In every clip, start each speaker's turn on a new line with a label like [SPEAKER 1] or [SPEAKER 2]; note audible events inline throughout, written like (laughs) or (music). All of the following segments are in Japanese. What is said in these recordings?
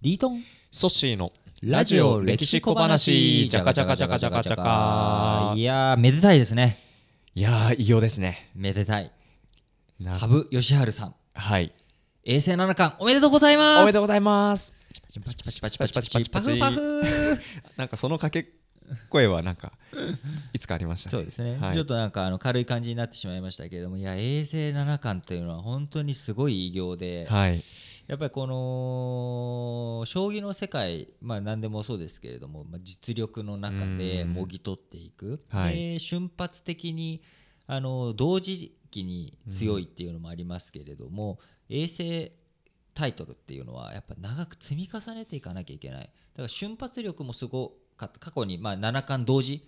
[SPEAKER 1] リートン
[SPEAKER 2] ソッシーの
[SPEAKER 1] ラ
[SPEAKER 2] ラ
[SPEAKER 1] ジ
[SPEAKER 2] ジ
[SPEAKER 1] オ
[SPEAKER 2] オ
[SPEAKER 1] 歴
[SPEAKER 2] 歴
[SPEAKER 1] 史
[SPEAKER 2] 史
[SPEAKER 1] 小
[SPEAKER 2] 小
[SPEAKER 1] 話
[SPEAKER 2] 話
[SPEAKER 1] じ
[SPEAKER 2] じ
[SPEAKER 1] ゃ
[SPEAKER 2] ゃ
[SPEAKER 1] か
[SPEAKER 2] か
[SPEAKER 1] じ
[SPEAKER 2] じ
[SPEAKER 1] ゃ
[SPEAKER 2] ゃ
[SPEAKER 1] か
[SPEAKER 2] か
[SPEAKER 1] じ
[SPEAKER 2] じ
[SPEAKER 1] ゃ
[SPEAKER 2] ゃ
[SPEAKER 1] か
[SPEAKER 2] か
[SPEAKER 1] じゃかじ
[SPEAKER 2] じゃかじ
[SPEAKER 1] ゃ
[SPEAKER 2] ゃ
[SPEAKER 1] か
[SPEAKER 2] か
[SPEAKER 1] いやーめでたいですね
[SPEAKER 2] いやーいいようですね
[SPEAKER 1] めでたい
[SPEAKER 2] な
[SPEAKER 1] 羽生善治さん
[SPEAKER 2] はい
[SPEAKER 1] 永世七冠おめでとうございます
[SPEAKER 2] おめでとう
[SPEAKER 1] う
[SPEAKER 2] ございます
[SPEAKER 1] パチパチパチパチパチパチパ
[SPEAKER 2] パ
[SPEAKER 1] チ
[SPEAKER 2] チ
[SPEAKER 1] パ
[SPEAKER 2] パ
[SPEAKER 1] チ
[SPEAKER 2] チパチパチ
[SPEAKER 1] パチ
[SPEAKER 2] なんかその掛け声はな
[SPEAKER 1] (laughs)
[SPEAKER 2] んかいつかありましたね
[SPEAKER 1] そうですね、
[SPEAKER 2] はい
[SPEAKER 1] ちょっとなんかあの軽い感じになってしまいましたけれどもいや永世七冠っていうのは本当にすごい偉業で、
[SPEAKER 2] はい
[SPEAKER 1] やっぱりこの将棋の世界、まあ、何でもそうですけれども、まあ、実力の中で
[SPEAKER 2] うん
[SPEAKER 1] もぎ取っていく、
[SPEAKER 2] はい
[SPEAKER 1] で瞬発的にあの同時期に強いっていうのもありますけれども、衛星タイトルっていうのはやっぱ長く積み重ねていかなきゃいけないだから瞬発力もすごかった過去にまあ七冠同時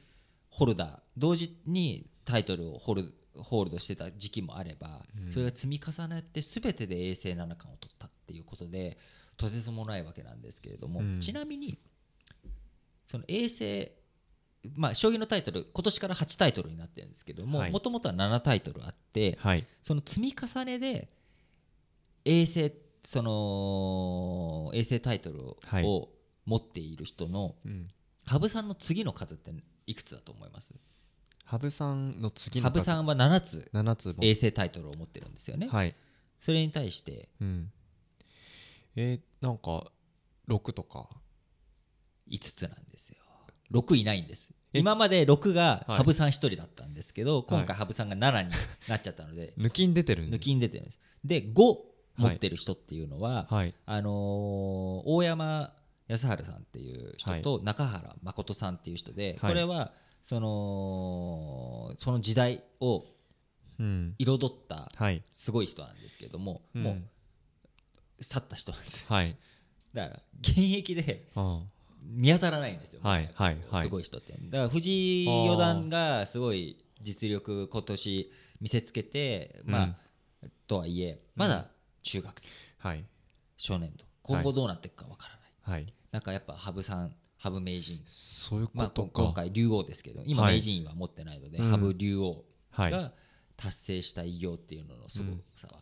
[SPEAKER 1] ホルダー同時にタイトルをホルホールドしてた時期もあれば、
[SPEAKER 2] うん
[SPEAKER 1] それが積み重なって全てで永世七冠を取ったっていうことでとてつもないわけなんですけれども、
[SPEAKER 2] うん
[SPEAKER 1] ちなみにその永世まあ将棋のタイトル今年から8タイトルになってるんですけども
[SPEAKER 2] はい
[SPEAKER 1] もともとは7タイトルあって、
[SPEAKER 2] はい
[SPEAKER 1] その積み重ねで衛星その衛星タイトルを,、
[SPEAKER 2] はい
[SPEAKER 1] 持っている人の
[SPEAKER 2] うん
[SPEAKER 1] 羽生さんの次の数っていくつだと思います
[SPEAKER 2] 羽生さんの次の
[SPEAKER 1] 羽生さんは7つ
[SPEAKER 2] 7つも
[SPEAKER 1] 衛星タイトルを持ってるんですよね、
[SPEAKER 2] はい
[SPEAKER 1] それに対して
[SPEAKER 2] うんえーなんか6とか
[SPEAKER 1] 5つなんですよ6いないんです
[SPEAKER 2] え
[SPEAKER 1] 今まで6が
[SPEAKER 2] はい
[SPEAKER 1] 羽生さん1人だったんですけど、今回羽生さんが7になっちゃったの
[SPEAKER 2] (laughs)
[SPEAKER 1] で
[SPEAKER 2] 抜きん出てるんで
[SPEAKER 1] 抜きに出てるんですで5持ってる人っていうのは、
[SPEAKER 2] はい
[SPEAKER 1] あのー大山康晴さんっていう人と中原誠さんっていう人で、
[SPEAKER 2] はい
[SPEAKER 1] これはそのその時代を
[SPEAKER 2] うん
[SPEAKER 1] 彩った
[SPEAKER 2] はい
[SPEAKER 1] すごい人なんですけども、
[SPEAKER 2] うん
[SPEAKER 1] もう去った人なんですよ (laughs)
[SPEAKER 2] はい
[SPEAKER 1] だから現役で
[SPEAKER 2] あ
[SPEAKER 1] 見当たらないんですよ、
[SPEAKER 2] はいはいはい
[SPEAKER 1] すごい人ってだから藤井四段がすごい実力今年見せつけて
[SPEAKER 2] うん
[SPEAKER 1] まあ、とはいえまだ中学生
[SPEAKER 2] ーはい
[SPEAKER 1] 少年と今後どうなっていくかわからない、
[SPEAKER 2] はい
[SPEAKER 1] なんかやっぱ羽生さん羽生名人
[SPEAKER 2] そういう
[SPEAKER 1] ま
[SPEAKER 2] こ
[SPEAKER 1] あ、
[SPEAKER 2] と
[SPEAKER 1] こ
[SPEAKER 2] か、
[SPEAKER 1] 今回竜王ですけど今
[SPEAKER 2] はい
[SPEAKER 1] 名人は持ってないので、
[SPEAKER 2] うん
[SPEAKER 1] 羽生竜王
[SPEAKER 2] はい
[SPEAKER 1] が達成した偉業っていうののすごさは、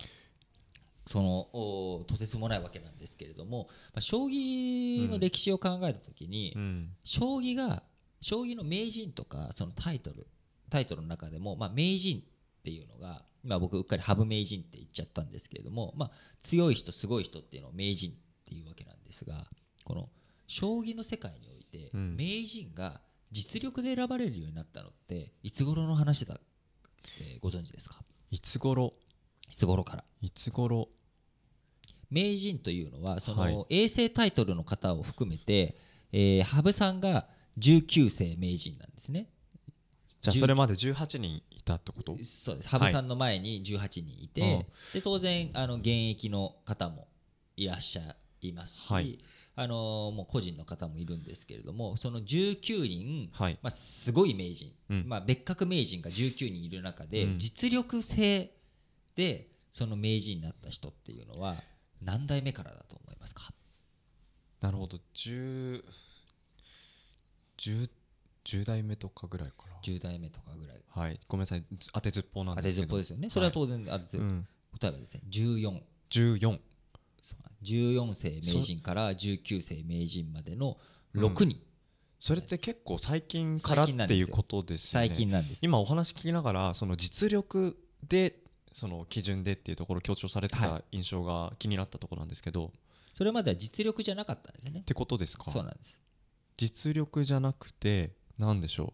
[SPEAKER 1] そのおーとてつもないわけなんですけれども、まあ、将棋の歴史を考えた時に、
[SPEAKER 2] うん
[SPEAKER 1] 将棋が将棋の名人とかそのタイトルタイトルの中でも、まあ、名人っていうのが今僕うっかり羽生名人って言っちゃったんですけれども、まあ、強い人すごい人っていうのを名人っていうわけなんですがこの将棋の世界において、
[SPEAKER 2] うん
[SPEAKER 1] 名人が実力で選ばれるようになったのっていつ頃の話だってご存知ですか
[SPEAKER 2] いつ頃
[SPEAKER 1] いつ頃から
[SPEAKER 2] いつ頃
[SPEAKER 1] 名人というのはそ
[SPEAKER 2] はい
[SPEAKER 1] の永世タイトルの方を含めて、えー羽生さんが19世名人なんですね。
[SPEAKER 2] じゃあ
[SPEAKER 1] 19
[SPEAKER 2] それまで18人いたってこと
[SPEAKER 1] そうです羽生さんの前に18人いて、
[SPEAKER 2] うん
[SPEAKER 1] で当然あの現役の方もいらっしゃいますし、
[SPEAKER 2] はい
[SPEAKER 1] あのもう個人の方もいるんですけれどもその19人、
[SPEAKER 2] はい
[SPEAKER 1] まあ、すごい名人、
[SPEAKER 2] うん
[SPEAKER 1] まあ、別格名人が19人いる中で、
[SPEAKER 2] うん
[SPEAKER 1] 実力性でその名人になった人っていうのは何代目からだと思いますか
[SPEAKER 2] なるほど10 10 10代目とかぐらいから
[SPEAKER 1] 10代目とかぐらい
[SPEAKER 2] はいごめんなさいず当てずっぽうなん
[SPEAKER 1] 当
[SPEAKER 2] で
[SPEAKER 1] て
[SPEAKER 2] す
[SPEAKER 1] ず
[SPEAKER 2] け
[SPEAKER 1] っ
[SPEAKER 2] ど
[SPEAKER 1] ぽですよねそれは当然、あてず
[SPEAKER 2] うん、
[SPEAKER 1] 答えはですね14
[SPEAKER 2] 14
[SPEAKER 1] そうなん14世名人から19世名人までの6人、
[SPEAKER 2] それって結構最近から
[SPEAKER 1] 最
[SPEAKER 2] っ
[SPEAKER 1] 近なん
[SPEAKER 2] て
[SPEAKER 1] です
[SPEAKER 2] い
[SPEAKER 1] よ
[SPEAKER 2] うことですよね
[SPEAKER 1] 最近なんです、
[SPEAKER 2] 今お話聞きながらその実力でその基準でっていうところを強調されて
[SPEAKER 1] は
[SPEAKER 2] た印象が気になったところなんですけど、っ
[SPEAKER 1] それまでは実力じゃなかったんですね
[SPEAKER 2] てことですか
[SPEAKER 1] そうなんです
[SPEAKER 2] 実力じゃなくて何でしょ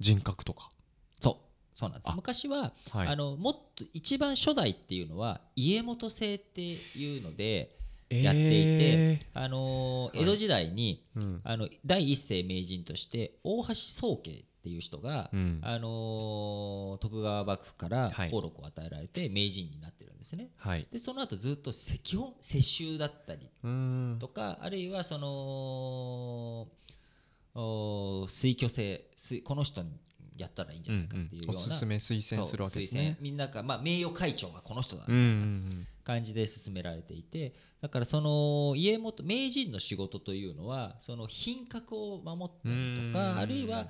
[SPEAKER 2] う人格とか
[SPEAKER 1] そうそうなんです
[SPEAKER 2] あ
[SPEAKER 1] 昔は、
[SPEAKER 2] はい
[SPEAKER 1] あのもっと一番初代っていうのは家元制っていうのでやっていて、あのー
[SPEAKER 2] はい
[SPEAKER 1] 江戸時代に、
[SPEAKER 2] えーうん
[SPEAKER 1] あの第一世名人として大橋宗慶っていう人が、
[SPEAKER 2] うん
[SPEAKER 1] あのー徳川幕府から
[SPEAKER 2] はい
[SPEAKER 1] 俸禄を与えられて名人になってるんですね、
[SPEAKER 2] はい
[SPEAKER 1] でその後ずっとせ基本世襲だったり
[SPEAKER 2] うーん
[SPEAKER 1] とかあるいはそのお推挙制推この人にやったらいいんじ
[SPEAKER 2] う
[SPEAKER 1] ゃ
[SPEAKER 2] ん
[SPEAKER 1] ないかっていうよう
[SPEAKER 2] お
[SPEAKER 1] な、
[SPEAKER 2] すすめ推薦するわけです
[SPEAKER 1] そう推
[SPEAKER 2] ね
[SPEAKER 1] 薦みんなが、まあ、名誉会長はこの人だみた
[SPEAKER 2] う
[SPEAKER 1] い
[SPEAKER 2] んう
[SPEAKER 1] なん
[SPEAKER 2] うん
[SPEAKER 1] 感じで進められていてだからその家元名人の仕事というのはその品格を守ったりと
[SPEAKER 2] う
[SPEAKER 1] か
[SPEAKER 2] ん
[SPEAKER 1] あるいは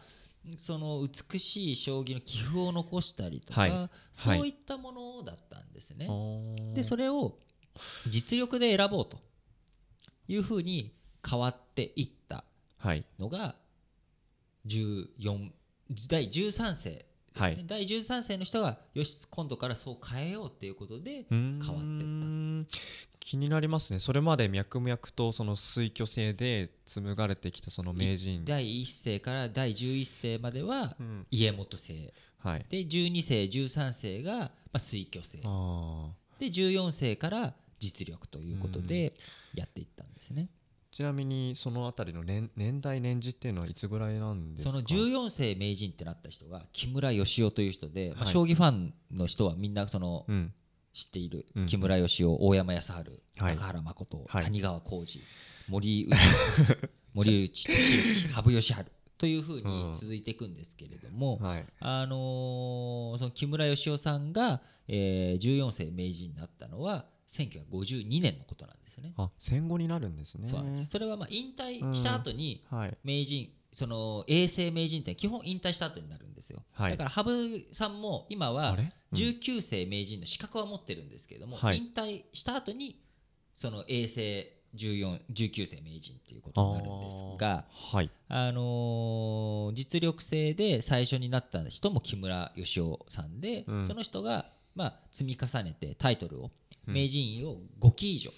[SPEAKER 1] その美しい将棋の棋譜を残したりとか、
[SPEAKER 2] はいはい
[SPEAKER 1] そういったものだったんですね。
[SPEAKER 2] あー
[SPEAKER 1] でそれを実力で選ぼうというふうに変わっていった
[SPEAKER 2] はい
[SPEAKER 1] のが14第13世ですね、
[SPEAKER 2] はい
[SPEAKER 1] 第13世の人がよし今度からそう変えようっていうことで変
[SPEAKER 2] 変
[SPEAKER 1] わってった
[SPEAKER 2] 気になりますねそれまで脈々とその水虚性で紡がれてきたその名人
[SPEAKER 1] 第1世から第11世までは
[SPEAKER 2] うん
[SPEAKER 1] 家元制
[SPEAKER 2] はい
[SPEAKER 1] で12世13世が、まあ、水挙制
[SPEAKER 2] あー
[SPEAKER 1] で14世から実力ということでやっていったんですね。
[SPEAKER 2] ちなみにそのあたりの年年代年次っていうのはいつぐらいなんです
[SPEAKER 1] そ
[SPEAKER 2] か
[SPEAKER 1] の14世名人ってなった人が木村義雄という人で、まあ
[SPEAKER 2] はい
[SPEAKER 1] 将棋ファンの人はみんなその
[SPEAKER 2] うん
[SPEAKER 1] 知っている
[SPEAKER 2] うん
[SPEAKER 1] 木村義雄、大山康晴、
[SPEAKER 2] はい
[SPEAKER 1] 中原誠、
[SPEAKER 2] はい
[SPEAKER 1] 谷川浩
[SPEAKER 2] (laughs)
[SPEAKER 1] 司森内森内俊之羽生善治というふうに続いていくんですけれども、
[SPEAKER 2] はい
[SPEAKER 1] あのーその木村義雄さんが、えー14世名人になったのは1952年のことなんですね。
[SPEAKER 2] あ戦後になるんですね
[SPEAKER 1] そうなんですそれはまあ引退した後に
[SPEAKER 2] はい
[SPEAKER 1] 名人、その永世名人って基本引退した後になるんですよ、
[SPEAKER 2] はい
[SPEAKER 1] だから羽生さんも今
[SPEAKER 2] あ
[SPEAKER 1] は
[SPEAKER 2] れ、うん
[SPEAKER 1] 19世名人の資格は持ってるんですけども、
[SPEAKER 2] はい
[SPEAKER 1] 引退した後にその永世14 19世名人ということ
[SPEAKER 2] あ
[SPEAKER 1] になるんですが
[SPEAKER 2] ーはい
[SPEAKER 1] あのー実力制で最初になった人も木村義雄さんで、
[SPEAKER 2] うん
[SPEAKER 1] その人が、まあ、積み重ねてタイトルを、
[SPEAKER 2] うん
[SPEAKER 1] 名人位を5期以上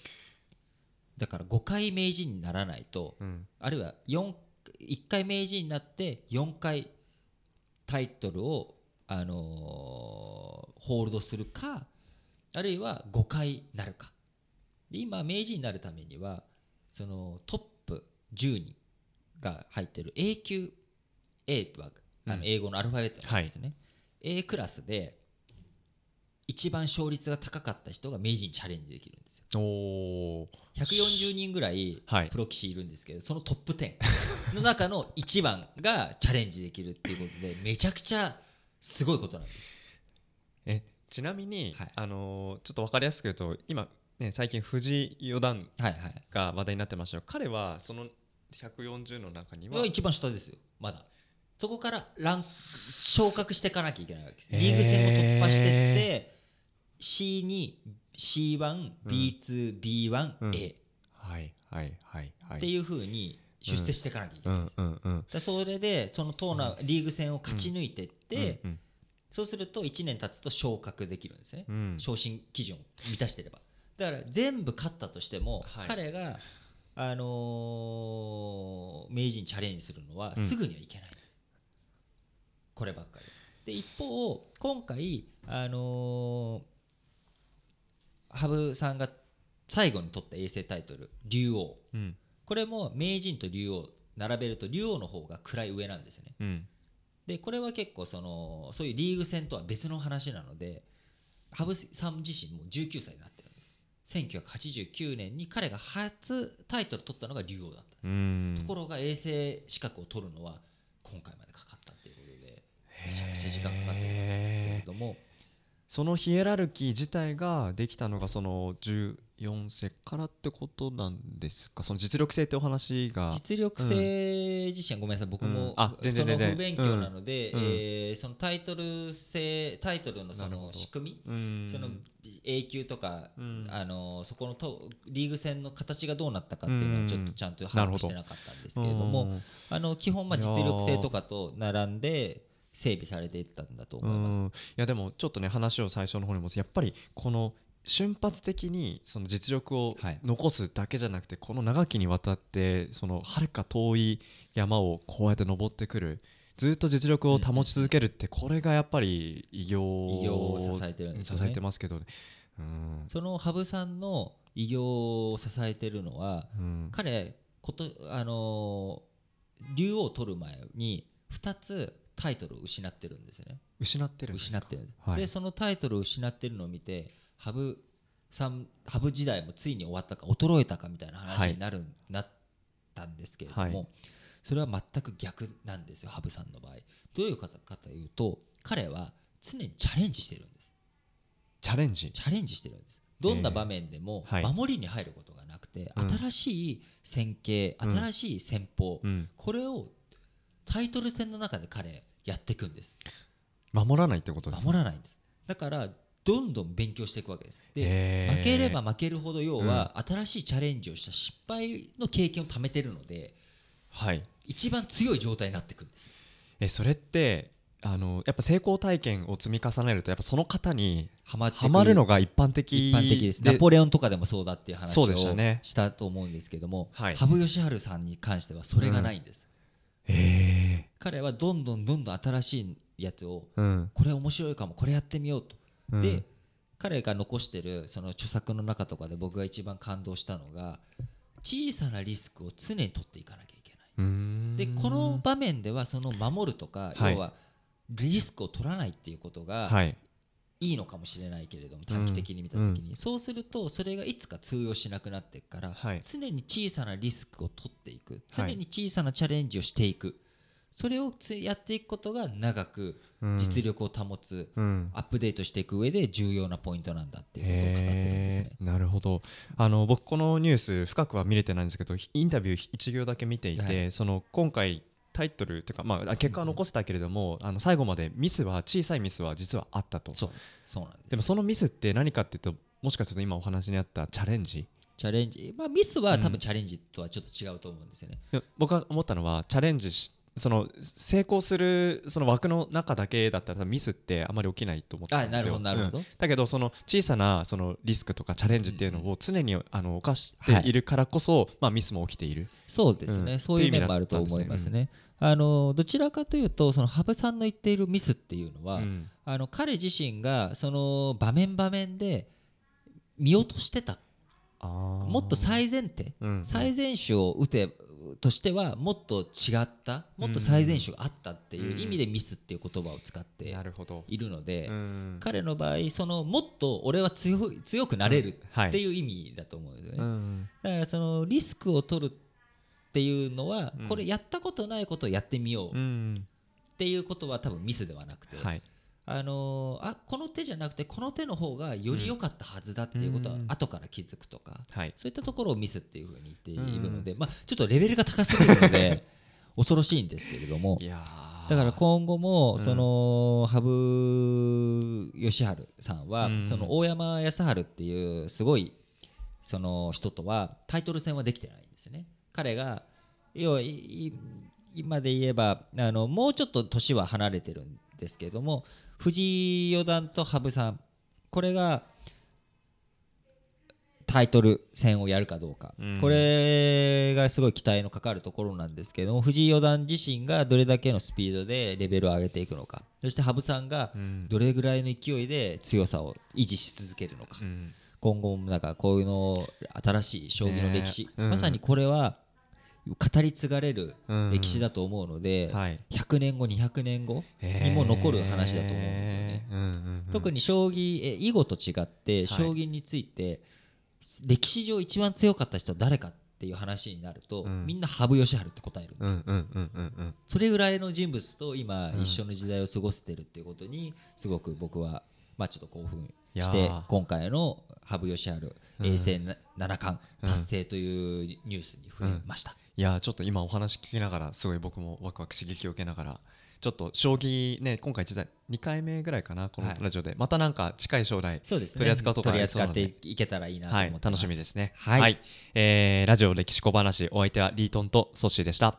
[SPEAKER 1] だから5回名人にならないと
[SPEAKER 2] うん
[SPEAKER 1] あるいは4 1回名人になって4回タイトルを、あのーホールドするかあるいは5回なるかで今名人になるためにはそのトップ10人が入ってる A 級 A とはあ
[SPEAKER 2] うん
[SPEAKER 1] の英語のアルファベットなんですね、A クラスで一番勝率が高かった人が名人にチャレンジできるんですよ
[SPEAKER 2] おー
[SPEAKER 1] 140人ぐらい
[SPEAKER 2] はい
[SPEAKER 1] プロ棋士いるんですけどそのトップ10の中の1番がチャレンジできるっていうこと (laughs) でめちゃくちゃすごいことなんです
[SPEAKER 2] えちなみに、
[SPEAKER 1] はい
[SPEAKER 2] あのーちょっと分かりやすく言うと今、ね、最近藤井四段
[SPEAKER 1] はいはい
[SPEAKER 2] が話題になってましたよ彼はその140の中に
[SPEAKER 1] これ
[SPEAKER 2] は
[SPEAKER 1] は一番下ですよまだそこからランク昇格していかなきゃいけないわけです
[SPEAKER 2] へー
[SPEAKER 1] リーグ戦を突破してって、C2C1B2B1A、B1
[SPEAKER 2] うん
[SPEAKER 1] A
[SPEAKER 2] はいはいはいは
[SPEAKER 1] っていうふうに出世していかなきゃいけ
[SPEAKER 2] う
[SPEAKER 1] ない、
[SPEAKER 2] んうんうん
[SPEAKER 1] だからそれでそのトーナ、リーグ戦を勝ち抜いてって、
[SPEAKER 2] うん
[SPEAKER 1] そうすると1年経つと昇格できるんですね、
[SPEAKER 2] うんうん
[SPEAKER 1] 昇進基準を満たしてればだから全部勝ったとしても、
[SPEAKER 2] はい
[SPEAKER 1] 彼が、あのー名人チャレンジするのは
[SPEAKER 2] うん
[SPEAKER 1] すぐにはいけない、こればっかりで一方今回、あのー羽生さんが最後に取った衛星タイトル竜王
[SPEAKER 2] うん
[SPEAKER 1] これも名人と竜王並べると竜王の方が位上なんですね
[SPEAKER 2] うん
[SPEAKER 1] でこれは結構そのそういうリーグ戦とは別の話なので羽生さん自身も19歳になってるんです1989年に彼が初タイトル取ったのが竜王だったんです、
[SPEAKER 2] うん
[SPEAKER 1] ところが衛星資格を取るのは今回までかかったっていうことでめちゃくちゃ時間かかってるんですけれども
[SPEAKER 2] そのヒエラルキー自体ができたのがその14世からってことなんですかその実力性ってお話が
[SPEAKER 1] 実力性自身はごめんなさい僕
[SPEAKER 2] うん
[SPEAKER 1] も
[SPEAKER 2] あ全然
[SPEAKER 1] その
[SPEAKER 2] 全然
[SPEAKER 1] 不勉強なので
[SPEAKER 2] うんうん
[SPEAKER 1] えーそのタイトル制タイトルのそ
[SPEAKER 2] なるほ
[SPEAKER 1] の
[SPEAKER 2] ど
[SPEAKER 1] 仕組み
[SPEAKER 2] うん
[SPEAKER 1] その A 級とか、
[SPEAKER 2] うん
[SPEAKER 1] あのそこのとリーグ戦の形がどうなったかっていうの
[SPEAKER 2] うん
[SPEAKER 1] はちょっとちゃんと把握してなかったんですけれども、
[SPEAKER 2] うん
[SPEAKER 1] あの基本まあ
[SPEAKER 2] いや
[SPEAKER 1] 実
[SPEAKER 2] ー
[SPEAKER 1] 力性とかと並んで整備されていったんだと思います。
[SPEAKER 2] うんいやでもちょっとね話を最初の方に戻すやっぱりこの瞬発的にその実力を
[SPEAKER 1] はい
[SPEAKER 2] 残すだけじゃなくて、この長きにわたってそのはるか遠い山をこうやって登ってくるずっと実力を保ち続けるって、これがやっぱり偉業
[SPEAKER 1] 偉業を支えてるんですよね
[SPEAKER 2] 支えてますけどねうん
[SPEAKER 1] その羽生さんの偉業を支えてるのは
[SPEAKER 2] うん
[SPEAKER 1] 彼ことあのー竜王を取る前に2つタイトルを失ってるんですね。
[SPEAKER 2] 失ってるんです
[SPEAKER 1] 失
[SPEAKER 2] か
[SPEAKER 1] ってるんです、
[SPEAKER 2] はい
[SPEAKER 1] でそのタイトルを失ってるのを見て羽生さん羽生時代もついに終わったか衰えたかみたいな話になる、なったんですけれども、
[SPEAKER 2] はい
[SPEAKER 1] それは全く逆なんですよ羽生さんの場合どういう方かというと彼は常にチャレンジしてるんです
[SPEAKER 2] チャレンジ
[SPEAKER 1] チャレンジしてるんですどんな場面でも
[SPEAKER 2] えーはい
[SPEAKER 1] 守りに入ることがなくて、
[SPEAKER 2] うん
[SPEAKER 1] 新しい戦型
[SPEAKER 2] うん
[SPEAKER 1] 新しい戦法、
[SPEAKER 2] うん
[SPEAKER 1] これをタイトル戦の中で彼やっていくんです
[SPEAKER 2] 守らないってことですか
[SPEAKER 1] 守らないんですだからどんどん勉強していくわけです。で
[SPEAKER 2] へー
[SPEAKER 1] 負ければ負けるほど要は新しいチャレンジをした失敗の経験を貯めてるので
[SPEAKER 2] はい
[SPEAKER 1] 一番強い状態になっていくんですよ。
[SPEAKER 2] えそれってあのやっぱ成功体験を積み重ねるとやっぱその方に
[SPEAKER 1] ハマってく
[SPEAKER 2] ハマるのが一般的
[SPEAKER 1] 一般的です。ナポレオンとかでもそうだっていう話
[SPEAKER 2] そう
[SPEAKER 1] を
[SPEAKER 2] でしたね
[SPEAKER 1] したと思うんですけども、
[SPEAKER 2] はい
[SPEAKER 1] 羽生善治さんに関してはそれがないんです。
[SPEAKER 2] え
[SPEAKER 1] 彼はどんどんどんどん新しいやつを
[SPEAKER 2] ーうん
[SPEAKER 1] これ面白いかもこれやってみようと。
[SPEAKER 2] うん
[SPEAKER 1] で彼が残してるその著作の中とかで僕が一番感動したのが小さなリスクを常に取っていかなきゃいけな
[SPEAKER 2] うーん
[SPEAKER 1] い。でこの場面ではその守るとか、
[SPEAKER 2] はい
[SPEAKER 1] 要はリスクを取らないっていうことが、
[SPEAKER 2] はい
[SPEAKER 1] いいのかもしれないけれども短期的に見た時に、そうするとそれがいつか通用しなくなっていくから、
[SPEAKER 2] はい
[SPEAKER 1] 常に小さなリスクを取っていく常
[SPEAKER 2] はい
[SPEAKER 1] に小さなチャレンジをしていく、それをつやっていくことが長く実力を保つ、
[SPEAKER 2] うん
[SPEAKER 1] アップデートしていく上で重要なポイントなんだっていうことを語ってるんですね
[SPEAKER 2] へ。ーなるほどあの僕このニュース深くは見れてないんですけどインタビュー1行だけ見ていて、
[SPEAKER 1] は
[SPEAKER 2] その今回タイトルというか、まあ、結果は残せたけれども、あの最後までミスは小さいミスは実はあったと
[SPEAKER 1] そうそうなんです
[SPEAKER 2] でもそのミスって何かっていうともしかすると今お話にあったチャレンジ
[SPEAKER 1] チャレンジ、まあ、ミスは多
[SPEAKER 2] うん
[SPEAKER 1] 分チャレンジとはちょっと違うと思うんですよね。
[SPEAKER 2] いや僕が思ったのはチャレンジしその成功するその枠の中だけだったらミスってあまり起きないと思った
[SPEAKER 1] あ
[SPEAKER 2] んで
[SPEAKER 1] な
[SPEAKER 2] す
[SPEAKER 1] る
[SPEAKER 2] よ
[SPEAKER 1] ほどなるほ
[SPEAKER 2] うん
[SPEAKER 1] ど。
[SPEAKER 2] だけどその小さなそのリスクとかチャレンジっていうのを常にあの犯しているからこそ、まあ、ミスも起きている
[SPEAKER 1] そうですね、
[SPEAKER 2] うん
[SPEAKER 1] そういう面もあると思いますね。あのどちらかというとその羽生さんの言っているミスっていうのは、
[SPEAKER 2] うん
[SPEAKER 1] あの彼自身がその場面場面で見落としてたも
[SPEAKER 2] も
[SPEAKER 1] っと最前提
[SPEAKER 2] うん
[SPEAKER 1] 最善手を打てとしてはもっと違ったもっと最善手があったっていう意味でミスっていう言葉を使って
[SPEAKER 2] なるほど、
[SPEAKER 1] いるので、
[SPEAKER 2] うん
[SPEAKER 1] 彼の場合そのもっと俺は強い強くなれる
[SPEAKER 2] はい
[SPEAKER 1] っていう意味だと思うんですよね。
[SPEAKER 2] うん
[SPEAKER 1] だからそのリスクを取るっていうのは、
[SPEAKER 2] うん
[SPEAKER 1] これやったことないことをやってみよう
[SPEAKER 2] う
[SPEAKER 1] っ
[SPEAKER 2] ん
[SPEAKER 1] ていうことは多分ミスではなくて、
[SPEAKER 2] はい
[SPEAKER 1] あのーあこの手じゃなくてこの手の方がより良かったはずだっていうことは
[SPEAKER 2] うん
[SPEAKER 1] 後から気づくとか、
[SPEAKER 2] はい
[SPEAKER 1] そういったところをミスっていうふうに言っているので、まあ、ちょっとレベルが高すぎるの
[SPEAKER 2] (laughs)
[SPEAKER 1] で恐ろしいんですけれども
[SPEAKER 2] いやー
[SPEAKER 1] だから今後も、
[SPEAKER 2] うん
[SPEAKER 1] その羽生善治さんは、
[SPEAKER 2] うん
[SPEAKER 1] その大山康晴っていうすごいその人とはタイトル戦はできてないんですね。彼が要はいい今で言えばあのもうちょっと年は離れてるんですけれども藤井四段と羽生さんこれがタイトル戦をやるかどうか、
[SPEAKER 2] うん
[SPEAKER 1] これがすごい期待のかかるところなんですけども藤井四段自身がどれだけのスピードでレベルを上げていくのかそして羽生さんが
[SPEAKER 2] うん
[SPEAKER 1] どれぐらいの勢いで強さを維持し続けるのか、
[SPEAKER 2] うん
[SPEAKER 1] 今後もなんかこういうの新しい将棋の歴史、
[SPEAKER 2] ねえうん
[SPEAKER 1] まさにこれは語り継がれる
[SPEAKER 2] うん
[SPEAKER 1] 歴史だと思うので、
[SPEAKER 2] はい
[SPEAKER 1] 100年後200年後にも残る話だと思うんですよね。
[SPEAKER 2] へーうんうんうん
[SPEAKER 1] 特に将棋え囲碁と違って将棋について、歴史上一番強かった人は誰かっていう話になると、
[SPEAKER 2] うん
[SPEAKER 1] みんな羽生善治って答えるんです、
[SPEAKER 2] うんうんうんうんうん
[SPEAKER 1] それぐらいの人物と今
[SPEAKER 2] うん
[SPEAKER 1] 一緒の時代を過ごしてるっていうことにすごく僕は、まあ、ちょっと興奮
[SPEAKER 2] いや
[SPEAKER 1] し
[SPEAKER 2] ー
[SPEAKER 1] て今回の羽生善治
[SPEAKER 2] うん
[SPEAKER 1] 永世な七冠
[SPEAKER 2] うん
[SPEAKER 1] 達成というニュースに触れました、
[SPEAKER 2] いやーちょっと今お話聞きながらすごい僕もワクワク刺激を受けながらちょっと将棋ね今回実は2回目ぐらいかなこの
[SPEAKER 1] はい
[SPEAKER 2] ラジオで、またなんか近い将来
[SPEAKER 1] そうですね
[SPEAKER 2] 取り扱うところ
[SPEAKER 1] 取
[SPEAKER 2] あ
[SPEAKER 1] り
[SPEAKER 2] りそう
[SPEAKER 1] 扱
[SPEAKER 2] な
[SPEAKER 1] っ
[SPEAKER 2] ので
[SPEAKER 1] ていけたらいいなと思
[SPEAKER 2] は
[SPEAKER 1] って
[SPEAKER 2] い
[SPEAKER 1] ます、
[SPEAKER 2] 楽しみですね
[SPEAKER 1] はい
[SPEAKER 2] えーラジオ歴史小話お相手はリートンとソッシーでした